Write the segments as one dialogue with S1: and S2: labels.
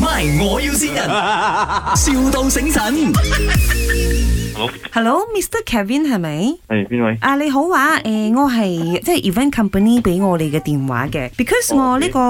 S1: MY，我要先人，, 笑到醒神。
S2: Hello，Mr. Kevin 係咪？
S3: 系边位？
S2: 啊，你好啊，诶、我係即係 event company 俾我哋嘅電話嘅，because
S3: 哦
S2: 我呢、個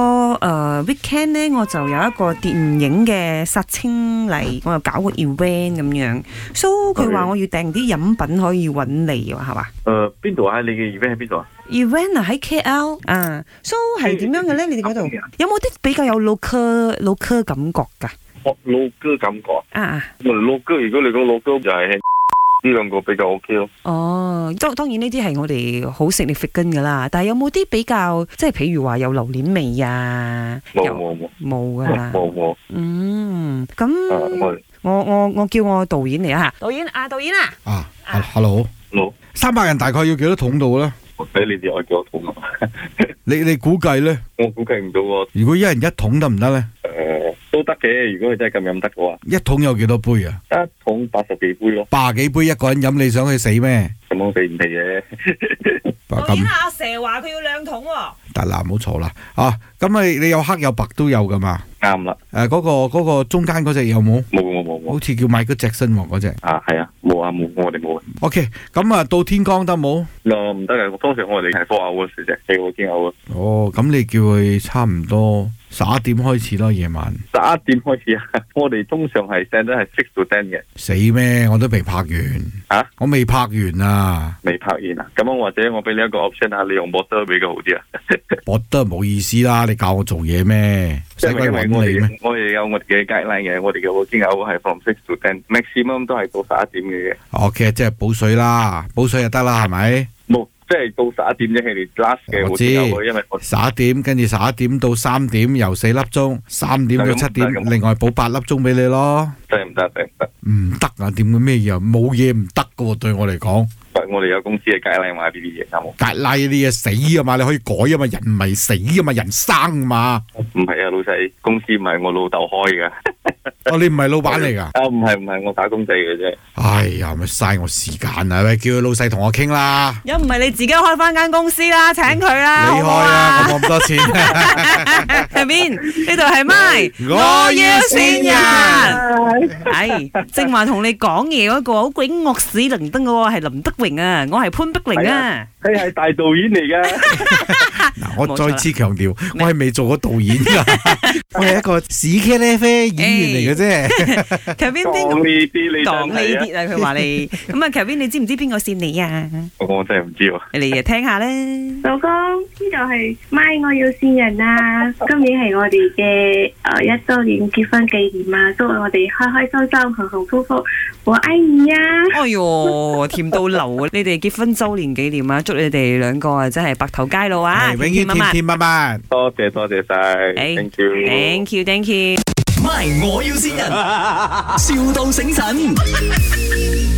S2: 呃 weekend 咧，我就有一個電影嘅殺青禮，我又搞個 event 咁樣，so 佢話
S3: Okay
S2: 我要訂啲飲品可以揾你喎，係嘛
S3: 诶，边度啊？你嘅 event 喺边度啊？
S2: ？event 啊喺 KL 啊，so 係點樣嘅咧？你哋嗰度
S3: 嗯
S2: 有冇啲比較有 local local 感覺㗎？
S3: 我老哥感覺，
S2: 啊啊！
S3: 我哋老哥，如果你講老哥就係呢兩個比較 OK 咯。
S2: 哦，當當然呢啲係我哋好 significant 噶啦，但係有冇啲比較，即係譬如話有榴蓮味啊？
S3: 冇
S2: 有
S3: 冇冇
S2: 冇噶啦
S3: 冇。冇，
S2: 嗯，
S3: 啊
S2: 咁
S3: 我
S2: 我我我叫我導演嚟啊，導演啊導演啊，
S4: 啊
S2: 啊
S4: ，hello，
S3: 老
S4: 三百人大概要幾多桶度咧？
S3: 我睇你哋我叫我肚 餓
S4: 你你估計咧？
S3: 我估計唔到喎。
S4: 如果一人一桶得唔得咧？
S3: 诶，都得嘅，如果佢真係咁飲得嘅話，
S4: 一桶有幾多杯啊？
S3: 一桶八十幾杯咯，
S4: 八幾杯一個人飲，你想去死咩？
S3: 咁樣死唔起 嘅。
S2: 導演
S4: 咁
S2: 啊阿蛇話佢要兩桶喎，
S4: 得啦，唔好嘈啦。啊，咁你你有黑有白都有噶嘛？
S3: 啱啦，
S4: 诶、嗰、個嗰、個中間嗰只有冇？
S3: 冇冇冇冇
S4: 好似叫 Michael Jackson 喎嗰只。
S3: 啊，係啊，冇啊冇，我哋冇啊。
S4: OK，咁啊到天光得冇？
S3: 嗱唔得嘅，通常我哋係 four hours 嘅啫，係我經 hours。
S4: 哦，咁你叫佢差唔多十一點開始咯，夜晚
S3: 十一點開始啊，我哋通常係 send 得係 six to ten 嘅。
S4: 死咩？我都未拍完，
S3: 啊
S4: 我未拍完啊！
S3: 未拍完啊？咁樣或者我俾你一個 option 啊，你用 b o t e r 比較好啲 啊，
S4: 我得冇意思啦，你教我做嘢咩？使
S3: 因為因
S4: 鬼
S3: 為
S4: 揾
S3: 我
S4: 你咩？
S3: 哋我哋有我哋嘅 guideline 嘅，我哋嘅 working hour 係 from six to ten，maximum 都係到十一點嘅啫，
S4: 哦，其實即係補水啦，補水就得啦，係咪？
S3: 冇即係到十一點啫，係你 last 嘅
S4: 我知
S3: working hour，因為我
S4: 十一點，跟住十一點到三點，由四粒鐘，三點到
S3: 就咁
S4: 七點
S3: 就，咁
S4: 另外補八粒鐘俾你咯。
S3: 得唔得？得唔得？
S4: 唔得啊，點會咩嘢啊？冇嘢唔得噶喎，對我嚟講，
S3: 我哋有公司嘅 guideline 話呢啲嘢啱冇？
S4: 格拉呢啲嘢死啊嘛，你可以改啊嘛，人唔係死啊嘛，人生啊嘛。
S3: 唔係啊，老細，公司唔係我老豆開嘅，
S4: 哦，你唔係老闆嚟㗎？
S3: 啊唔係唔係，我打工仔 嘅啫。
S4: 哎呀，咪嘥我時間啊！喂，叫佢老細同我傾啦，
S2: 又唔係你自己開翻間公司啦，請佢
S4: 你
S2: 啦，好
S4: 開
S2: 唔好啊
S4: 啦，我冇咁多錢。
S2: Kevin 呢度係咪？
S4: 我要先人。
S2: 唉，正話同你講嘢嗰個好鬼惡死能登嗰個係林德榮啊，我係潘碧玲
S3: 係
S2: 啊
S3: 啊。佢係大導演嚟㗎，
S4: 嗱，
S2: 冇
S4: 啊我
S2: 錯
S4: 再
S2: 啦
S4: 次強調，我係未做過導演 噶，我係一個屎茄喱啡演員嚟嘅啫。
S2: Kevin
S3: 講
S2: 邊
S3: 呢啲你
S2: 個
S3: 真
S2: 講呢
S3: 係啊，
S2: 啲啊？佢話你咁啊，Kevin 你知唔知邊個線你啊？
S3: 我真係唔知喎。
S2: 你嚟聽下咧。
S5: 老公，呢度係咪我要線人啊！今年係我哋嘅诶一周年結婚紀念啊，祝我哋開開心心、幸幸福福，我愛你啊！
S2: 哎哟，甜到流啊！你哋結婚周年紀念啊，祝你哋兩個啊真係白頭偕老啊！
S4: 係永遠甜甜蜜蜜。
S3: 多謝多謝晒
S2: 哎
S3: ，thank you。
S2: Thank you，Thank you。
S1: MY，我要先人，,笑到醒神。